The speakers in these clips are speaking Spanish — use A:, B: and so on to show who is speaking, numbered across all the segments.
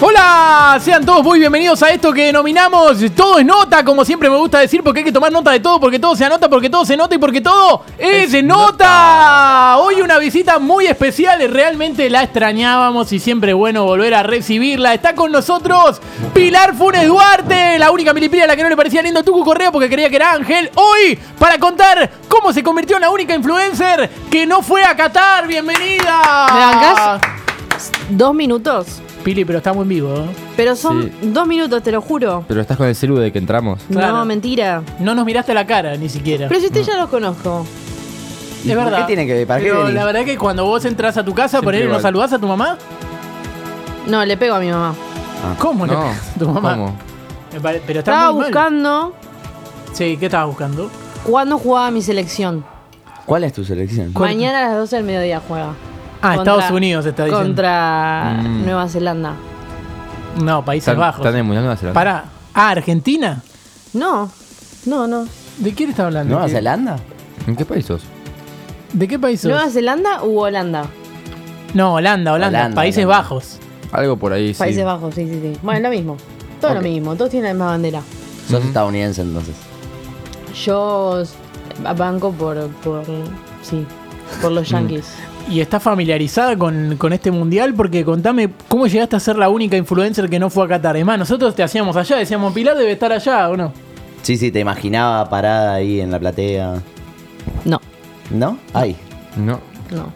A: Hola, sean todos muy bienvenidos a esto que denominamos Todo es nota, como siempre me gusta decir, porque hay que tomar nota de todo, porque todo se anota, porque todo se nota y porque todo es,
B: Es
A: nota. Hoy una visita muy especial, realmente la extrañábamos y siempre es bueno volver a recibirla. Está con nosotros Pilar Funes Duarte, la única milipira a la que no le parecía lindo Tucu Correa porque creía que era Ángel. Hoy, para contar cómo se convirtió en la única influencer que no fue a Qatar. ¡Bienvenida!
C: ¿Me bancás? Dos minutos.
A: Pili, pero estamos en vivo, ¿eh?
C: Pero son dos minutos, te lo juro.
B: Pero estás con el celu de que entramos.
A: Claro.
C: No, mentira.
A: No nos miraste la cara ni siquiera.
C: Pero si ustedes ya los conozco.
A: es verdad.
D: ¿Qué tiene que ver? ¿Para qué
A: Pero
D: venís?
A: la verdad que cuando vos entras a tu casa, por él, ¿no
B: igual.
A: saludás a tu mamá?
C: No, le pego a mi mamá.
A: ¿Cómo le
B: No,
A: pegas a tu mamá?
B: ¿cómo?
A: Me pare- Pero está
C: Estaba
A: muy mal.
C: buscando
A: Sí, ¿qué estabas buscando?
C: cuándo jugaba mi selección.
D: ¿Cuál es tu selección?
A: ¿Cuál?
C: Mañana a las 12 del mediodía juega.
A: Ah,
C: Contra-
A: Estados Unidos está diciendo.
C: Contra
B: Mm.
C: Nueva Zelanda.
A: No, Países
B: ¿Están,
A: Bajos.
B: están en el Mundial de Nueva Zelanda?
A: Pará. Ah, ¿Argentina?
C: No, no, no.
A: ¿De quién está hablando?
D: ¿Nueva
A: tío?
D: Zelanda?
B: ¿En qué país sos?
A: ¿De qué país sos?
C: ¿Nueva Zelanda u Holanda?
A: No, Holanda, Holanda.
D: Holanda,
A: Países
D: Holanda.
A: Bajos.
B: Algo por ahí, sí.
C: Países Bajos, sí, sí, sí. Bueno, lo mismo. Todo
B: Ok.
C: lo mismo, todos tienen la misma bandera.
D: Sos estadounidense entonces.
C: Yo s- banco por, por sí, por los
B: Mm.
C: Yankees.
A: ¿Y estás familiarizada con, con este mundial? Porque contame, ¿cómo llegaste a ser la única influencer que no fue a Qatar? Es más, nosotros te hacíamos allá, decíamos, Pilar debe estar allá, ¿o no?
D: Sí, sí, te imaginaba parada ahí en la platea.
C: No,
D: ¿No? Ay.
B: No.
C: no.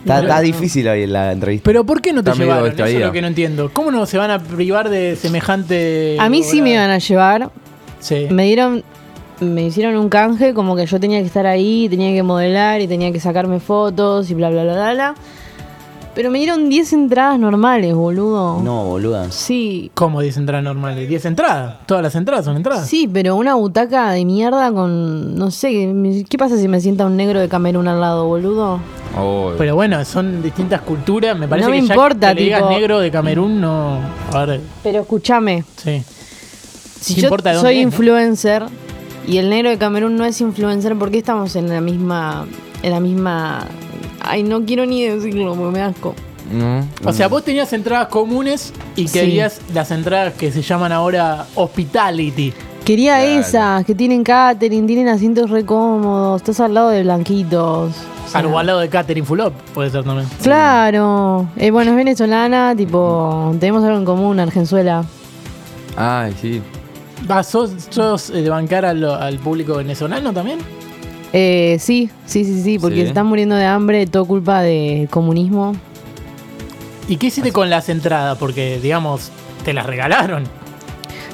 D: Está, está difícil hoy la entrevista.
A: Pero ¿por qué no te
B: Está medio
A: llevaron? Eso es
B: distraída.
A: lo que no entiendo. ¿Cómo no se van a privar de semejante...
C: A mí sí me iban
A: lograda?
C: a llevar.
A: Sí.
C: Me dieron. Me hicieron un canje como que yo tenía que estar ahí, tenía que modelar y tenía que sacarme fotos y bla, bla, bla, bla, bla. Pero me dieron 10 entradas normales, boludo.
D: No, boluda.
C: Sí.
A: ¿Cómo 10 entradas normales? 10 entradas. Todas las entradas son entradas.
C: Sí, pero una butaca de mierda con. No sé, ¿qué- ¿qué pasa si me sienta un negro de Camerún al lado, boludo?
B: Oh,
A: Pero bueno, son distintas culturas. Me parece
C: No
A: que
C: me
A: ya
C: importa,
A: que le digas
C: tipo-
A: negro de Camerún, no. A ver,
C: Pero escúchame,
A: sí.
C: si
A: ¿Qué
C: yo
A: importa de dónde
C: soy
A: es, no?
C: influencer y el negro de Camerún no es influencer, ¿por qué estamos en la misma. en la misma. Ay, no quiero ni decirlo, porque me da asco.
B: No.
A: O sea, vos tenías entradas comunes y
C: Sí.
A: querías las entradas que se llaman ahora hospitality.
C: Quería
B: Claro.
C: esas, que tienen catering, tienen asientos re cómodos, estás al lado de blanquitos. O sea,
A: Algo Ah, al lado de Catherine Fulop, puede ser también.
C: Claro. Eh, bueno, es venezolana, tipo, tenemos algo en común, Argenzuela.
B: Ay, sí.
A: Ah, ¿Sos, sos, eh, de bancar al, al público venezolano también?
C: Eh, sí, sí, sí, sí, porque
B: Sí.
C: se están muriendo de hambre, todo culpa del comunismo.
A: ¿Y qué hiciste con las entradas? Porque, digamos, te las regalaron.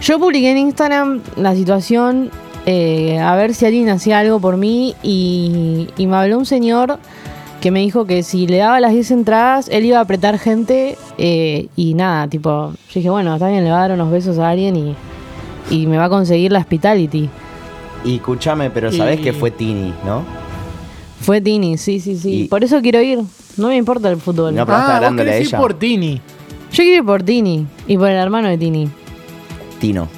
C: Yo publiqué en Instagram la situación, eh, a ver si alguien hacía algo por mí y, y me habló un señor que me dijo que si le daba las 10 entradas, él iba a apretar gente eh, y nada, tipo, yo dije, bueno, está bien, le va a dar unos besos a alguien y, y me va a conseguir la hospitality.
D: Y escúchame, pero sabés
A: Y-
D: que fue Tini, ¿no?
C: Fue Tini, sí, sí, sí.
D: Y-
C: Por eso quiero ir, no me importa el fútbol.
D: No, pero está
A: vos
D: hablándole a
A: querés ir
D: ella.
A: por Tini.
C: Yo quiero ir por Tini y por el hermano de Tini,
D: Tino.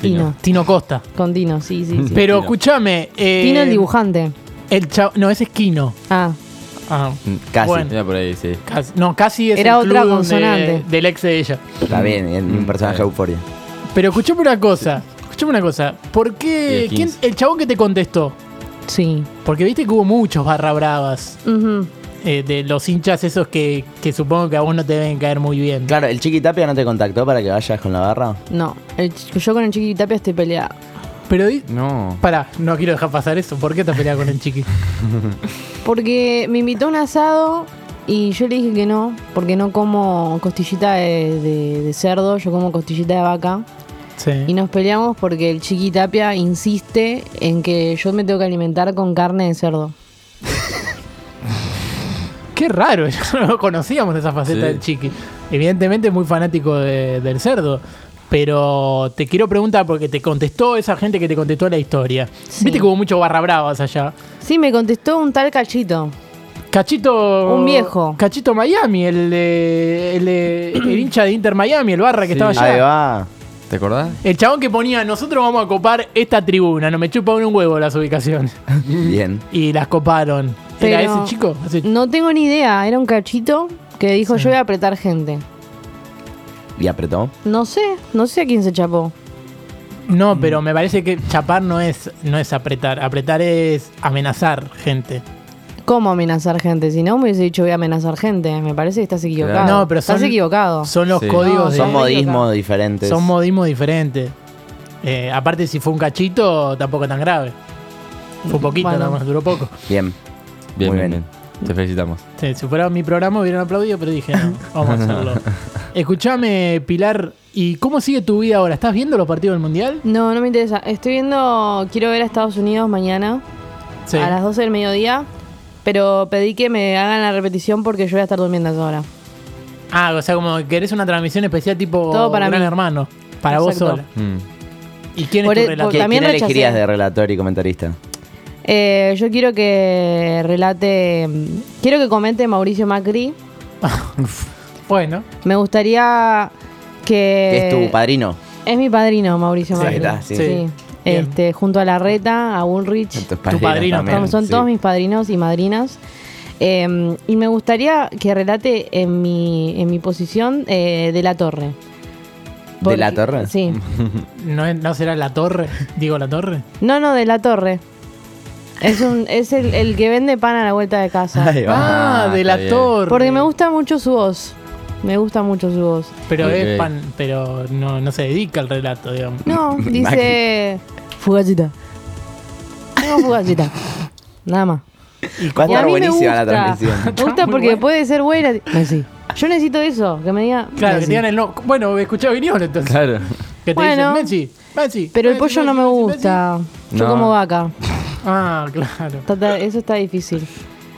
C: Tino.
A: Tino Costa.
C: Con Tino, sí, sí, sí.
A: Pero
B: Tino.
A: escúchame. eh,
C: Tino el dibujante.
A: el chavo- no, ese es Kino.
C: Ah,
A: Ah,
D: Mm, Casi.
A: Bueno.
B: Era por ahí, sí.
A: casi- no, casi es
C: Era
A: el
C: otra
A: club donde-
C: consonante.
A: del ex de ella.
D: Está bien, es
A: Mm,
D: un personaje
A: eh.
D: de euforia.
A: Pero escuchame una cosa. Escuchame una cosa. ¿Por qué.
B: Diez,
A: ¿quién,
B: quince.
A: el chabón que te contestó?
C: sí.
A: Porque viste que hubo muchos barra bravas
C: Ujú.
A: eh, de los hinchas esos que, que supongo que a vos no te deben caer muy bien.
D: Claro, el Chiqui Tapia no te contactó para que vayas con la barra.
C: No, el ch- yo con el Chiqui Tapia estoy peleada.
A: Pero di-
B: No.
A: pará, no quiero dejar pasar eso. ¿Por qué te peleas con el chiqui?
C: Porque me invitó a un asado y yo le dije que no, porque no como costillita de, de- de cerdo, yo como costillita de vaca. Y
A: Sí.
C: nos peleamos porque el Chiqui Tapia insiste en que yo me tengo que alimentar con carne de cerdo.
A: Qué raro, yo no conocíamos esa faceta
B: Sí.
A: del chiqui. Evidentemente es muy fanático de- del cerdo. Pero te quiero preguntar, porque te contestó esa gente que te contestó la historia.
C: Sí.
A: Viste que hubo muchos barra bravas allá.
C: Sí, me contestó un tal cachito.
A: Cachito.
C: Un viejo.
A: Cachito Miami, el, de- el, de- el hincha de Inter Miami, el barra que
B: Sí.
A: estaba
D: Ahí
A: allá.
D: va.
B: ¿Te acordás?
A: El chabón que ponía, nosotros vamos a copar esta tribuna. No me chupan un huevo las ubicaciones.
D: Bien.
A: Y las coparon. ¿Era
C: Pero-
A: ese chico? Ese-
C: No tengo ni idea, era un cachito que dijo yo voy a apretar gente.
D: ¿Y apretó?
C: No sé, no sé a quién se chapó.
D: Mm.
A: No, pero me parece que chapar no es, no es apretar. Apretar es amenazar gente.
C: ¿Cómo amenazar gente? Si no me hubiese dicho voy a amenazar gente, me parece que estás equivocado.
B: Claro.
A: No, pero
C: estás
A: son-
C: equivocado.
A: Son los
B: Sí.
A: códigos
C: No,
A: de-
C: Sí.
D: Son
C: modos
D: modismos diferentes.
A: son modismos diferentes. Eh, aparte, si fue un cachito, tampoco tan grave. Fue poquito,
C: Bueno.
A: nada más, duró poco.
D: Bien.
B: Bien,
D: Muy
B: bien,
D: bien.
B: bien. Te felicitamos.
A: Sí, si fuera mi programa hubieran aplaudido, pero dije, no, vamos a hacerlo. Escuchame, Pilar, ¿y cómo sigue tu vida ahora? ¿Estás viendo los partidos del Mundial?
C: No, no me interesa. Estoy viendo, quiero ver a Estados Unidos mañana
A: Sí.
C: a las 12 del mediodía, pero pedí que me hagan la repetición porque yo voy a estar durmiendo a esa hora.
A: Ah, o sea, como querés una transmisión especial tipo
C: Todo para
A: Gran
C: mí.
A: Hermano. Para vos
C: Exacto.
A: sola.
B: Mm.
A: ¿Y quién
C: Por e-
A: es tu
C: el-
A: relator?
D: ¿Qui-
C: También
D: ¿Quién
C: rechacé.
D: elegirías de relator y comentarista?
C: Eh, yo quiero que relate, quiero que comente Mauricio Macri.
A: Bueno,
C: Me gustaría
D: ¿Qué
C: que...
A: Eh,
D: es tu padrino?
C: Es mi padrino, Mauricio
D: Sí,
C: Macri.
D: está, sí.
A: Bien.
C: Este, junto a Larreta, a Bullrich.
D: Tus padrinos
A: padrino
D: también,
A: también,
C: Son- son
D: sí.
C: todos mis padrinos y madrinas. Eh, y me gustaría que relate en mi, en mi posición eh, de la torre.
D: ¿De la torre?
C: Sí.
A: ¿no, es- no será la torre? Digo, la torre.
C: No, no, de la torre. Es, un, es el, el que vende pan a la vuelta de casa.
D: Ahí va.
A: Ah,
B: Ah,
A: de
B: está
A: la
B: bien.
A: torre.
C: Porque me gusta mucho su voz. Me gusta mucho su voz.
A: Pero, es
B: Ok.
A: pan, pero no, no se dedica al relato, digamos.
C: No, dice... Fugacita. Tengo fugacita. Nada más.
D: Va a
C: Y a
D: estar
C: mí me
D: buenísima la
C: gusta.
D: transmisión.
C: Me gusta
A: Muy
C: porque
A: bueno.
C: puede ser buena. Messi. Yo necesito eso, que me diga.
A: Claro, que
C: Messi.
A: te digan el no. Bueno, escuché a Viñolo entonces.
B: Claro.
A: Que te
C: Bueno.
A: dicen, Messi, Messi.
C: Pero el
A: Messi,
C: pollo no
A: Messi,
C: me
A: Messi,
C: gusta. Yo
B: No.
C: como vaca.
A: Messi. Ah, claro.
C: Está- está- Eso está difícil.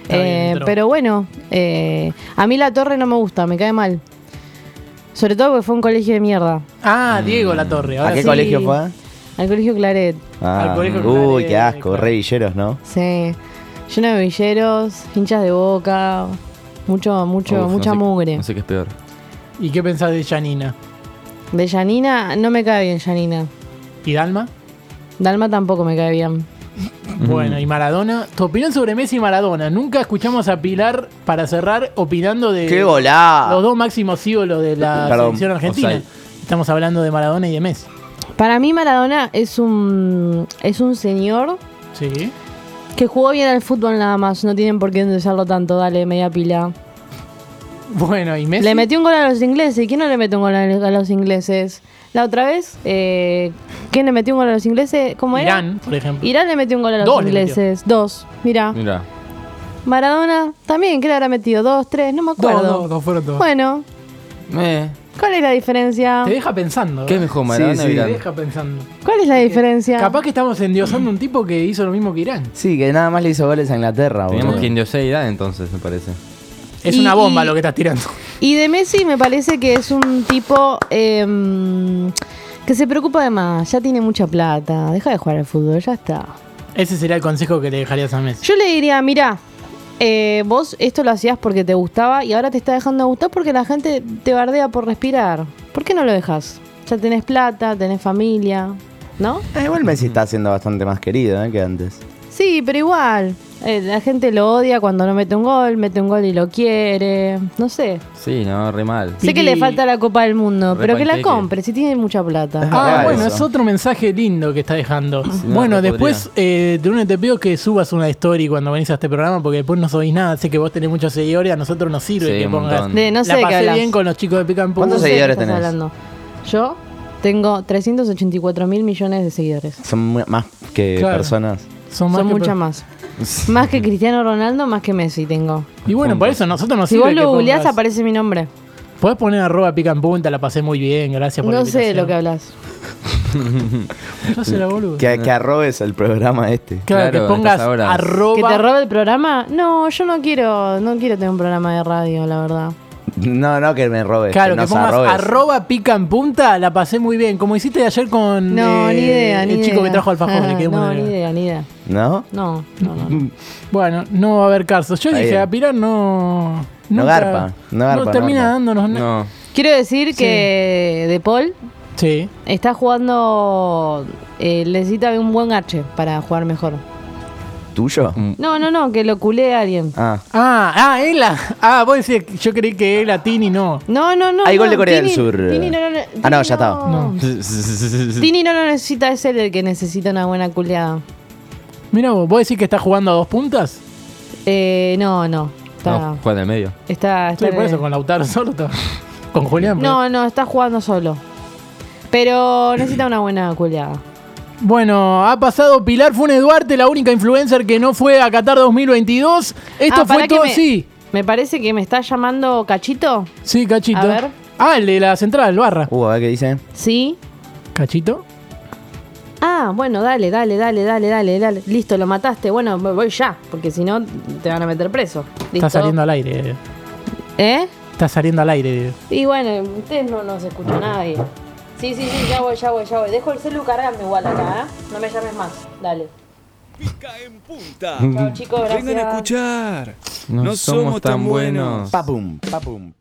A: Está
C: Eh,
A: bien, entró.
C: pero bueno, eh, a mí la torre no me gusta, me cae mal. Sobre todo porque fue un colegio de mierda.
A: Ah, Diego La Torre.
D: Mm. ¿A
A: Ahora
D: qué
A: sí.
D: colegio fue?
C: Al colegio Claret.
D: Ah,
A: colegio
D: uy,
A: Claret,
D: qué asco,
A: claro.
D: re villeros, ¿no?
C: Sí. Lleno de villeros, hinchas de boca, mucho, mucho,
B: Uf,
C: mucha
B: no sé-
C: mugre.
B: No sé qué es peor.
A: ¿Y qué pensás de Janina?
C: De Yanina, no me cae bien Yanina.
A: ¿Y Dalma?
C: Dalma tampoco me cae bien.
D: Mm.
A: Bueno, y Maradona. Tu opinión sobre Messi y Maradona. Nunca escuchamos a Pilar para cerrar opinando de
D: ¡Qué
A: los
D: volá!
A: dos máximos ídolos de la
D: Perdón,
A: selección argentina.
B: offside.
A: Estamos hablando de Maradona y de Messi.
C: Para mí Maradona es un es un señor
A: Sí.
C: que jugó bien al fútbol nada más, no tienen por qué endulzarlo tanto, dale, media pila.
A: Bueno, y Messi.
C: Le metió un gol a los ingleses, ¿y quién no le metió un gol a a los ingleses? La otra vez, eh, ¿quién le metió un gol a los ingleses? ¿Cómo era?
A: Irán, por ejemplo.
C: Irán le metió un gol a los
A: Dos le
C: ingleses, dos, mira.
B: Mira.
C: Maradona también, ¿qué le habrá metido? Dos, tres, no me
A: Dos,
C: acuerdo.
A: dos, dos fueron todos.
C: Bueno,
B: Eh,
C: ¿cuál es la diferencia?
A: Te deja pensando.
B: ¿Qué es
A: ¿verdad?
B: mejor, Maradona
D: Sí,
B: o
D: sí.
A: Te
B: Irán?
A: deja pensando.
C: ¿Cuál es la diferencia?
A: Capaz que estamos endiosando un tipo que hizo lo mismo que Irán.
D: Sí, que nada más le hizo goles a Inglaterra,
B: Teníamos
D: boludo.
B: que endiosar a Irán entonces, me parece.
A: Es
C: Y-
A: una bomba
C: y-
A: lo que estás tirando.
C: Y de Messi me parece que es un tipo em, que se preocupa de más, ya tiene mucha plata, deja de jugar al fútbol, ya está.
A: Ese sería el consejo que le dejarías a Messi.
C: Yo le diría, mira, eh, vos esto lo hacías porque te gustaba y ahora te está dejando de gustar porque la gente te bardea por respirar. ¿Por qué no lo dejas? Ya tenés plata, tenés familia, ¿no?
D: Ah, igual Messi está siendo bastante más querido eh, que antes.
C: Sí, pero igual. eh, la gente lo odia cuando no mete un gol, mete un gol y lo quiere, no sé.
B: Sí, no, re mal.
C: Sé que
A: Piti-
C: le falta la Copa del Mundo,
B: Re
C: pero que la
B: panqueque.
C: compre si tiene mucha plata.
A: Ah,
D: Ah,
A: bueno,
D: eso.
A: es otro mensaje lindo que está dejando.
B: no,
A: bueno,
B: no
A: después, eh, Drune, te pido que subas una story cuando venís a este programa, porque después no sois nada. Sé que vos tenés muchos seguidores, a nosotros nos sirve
B: Sí,
A: que
B: un
A: pongas.
B: montón.
C: De, no sé
A: la
C: de qué
A: pasé
C: hablas.
A: bien con los chicos de Pica en Pum.
D: ¿Cuántos
C: No sé de qué
D: seguidores
C: estás
D: tenés?
C: hablando. Yo tengo 384 mil millones de seguidores.
D: Son mu- más que
A: Claro.
D: personas.
A: Son,
C: Son
A: que-
C: muchas más. Más que Cristiano Ronaldo, más que Messi tengo.
A: Y bueno, por eso a nosotros nos
C: Si
A: sirve.
C: vos
A: que
C: lo googleás,
A: pongas-
C: aparece mi nombre.
A: Podés poner arroba pica en punta, la pasé muy bien, gracias por la
C: No sé de
A: invitación.
C: lo que hablas.
A: No sé la boludo.
D: Que, que arrobes el programa este.
A: Claro,
B: Claro,
A: que pongas
B: estás ahora.
A: arroba.
C: ¿Que te robe el programa? No, yo no quiero, no quiero tener un programa de radio, la verdad.
D: No, no que me robes.
A: Claro,
D: que
A: que,
D: nos
A: pongas
D: arrobes.
A: arroba pica en punta, la pasé muy bien. Como hiciste ayer con
C: No,
A: eh,
C: ni idea,
A: el
C: ni idea. Ah,
A: chico que trajo alfajor. le quedé muy
C: no, ni
A: bien.
C: idea, ni idea.
D: ¿No?
C: No, no, no. no.
A: Bueno, no va a haber caso. Yo
D: Está
A: dije,
D: bien.
A: a Pilar no. nunca-
D: garpa, no garpa, no
A: termina
D: garpa.
A: dándonos nada.
B: No.
C: Quiero decir que De Paul
A: Sí.
C: está jugando. eh, necesita un buen garche para jugar mejor.
D: ¿Tuyo?
C: No, no, no, que lo culé a alguien.
D: Ah.
A: Ah, ah, él la- Ah, vos decís, yo creí que él a Tini no.
C: No, no, no.
D: Hay
C: no,
D: gol de Corea del
C: Tini-
D: Sur.
C: Tini no, lo ne-
D: Ah, no,
C: Tini
D: ya está.
C: no. Tini no lo necesita, es él el que necesita una buena culeada.
A: Mira, vos, vos decís que está jugando a dos puntas.
C: Eh, no, no. Está,
B: No, juega en el medio.
C: está, está
A: Estoy por
C: en-
A: eso, con Lautaro solo. está- Con Julián.
C: No, no, está jugando solo. Pero necesita una buena culeada.
A: Bueno, ha pasado Pilar Funes Duarte, la única influencer que no fue a Qatar 2022. Esto
C: Ah,
A: fue
C: pará que
A: todo
C: me-
A: así.
C: Me parece que me está llamando Cachito.
A: Sí, cachito.
C: A ver.
A: Ah, el de la central, barra.
D: Uh, a ver qué dice.
C: ¿Sí?
A: Cachito.
C: Ah, bueno, dale, dale, dale, dale, dale, dale. Listo, lo mataste. Bueno, me voy ya, porque si no te van a meter preso. ¿Listo?
A: Está saliendo al aire.
C: ¿Eh?
A: Está saliendo al aire.
C: Y bueno, ustedes no nos escucha nadie. Sí, sí, sí, ya voy, ya voy, ya voy. Dejo el celu cargando igual acá, ¿eh? No me llames más. Dale.
E: Pica en punta.
C: Chao, chicos, gracias.
E: Vengan a escuchar.
B: No somos tan buenos.
D: Papum, papum.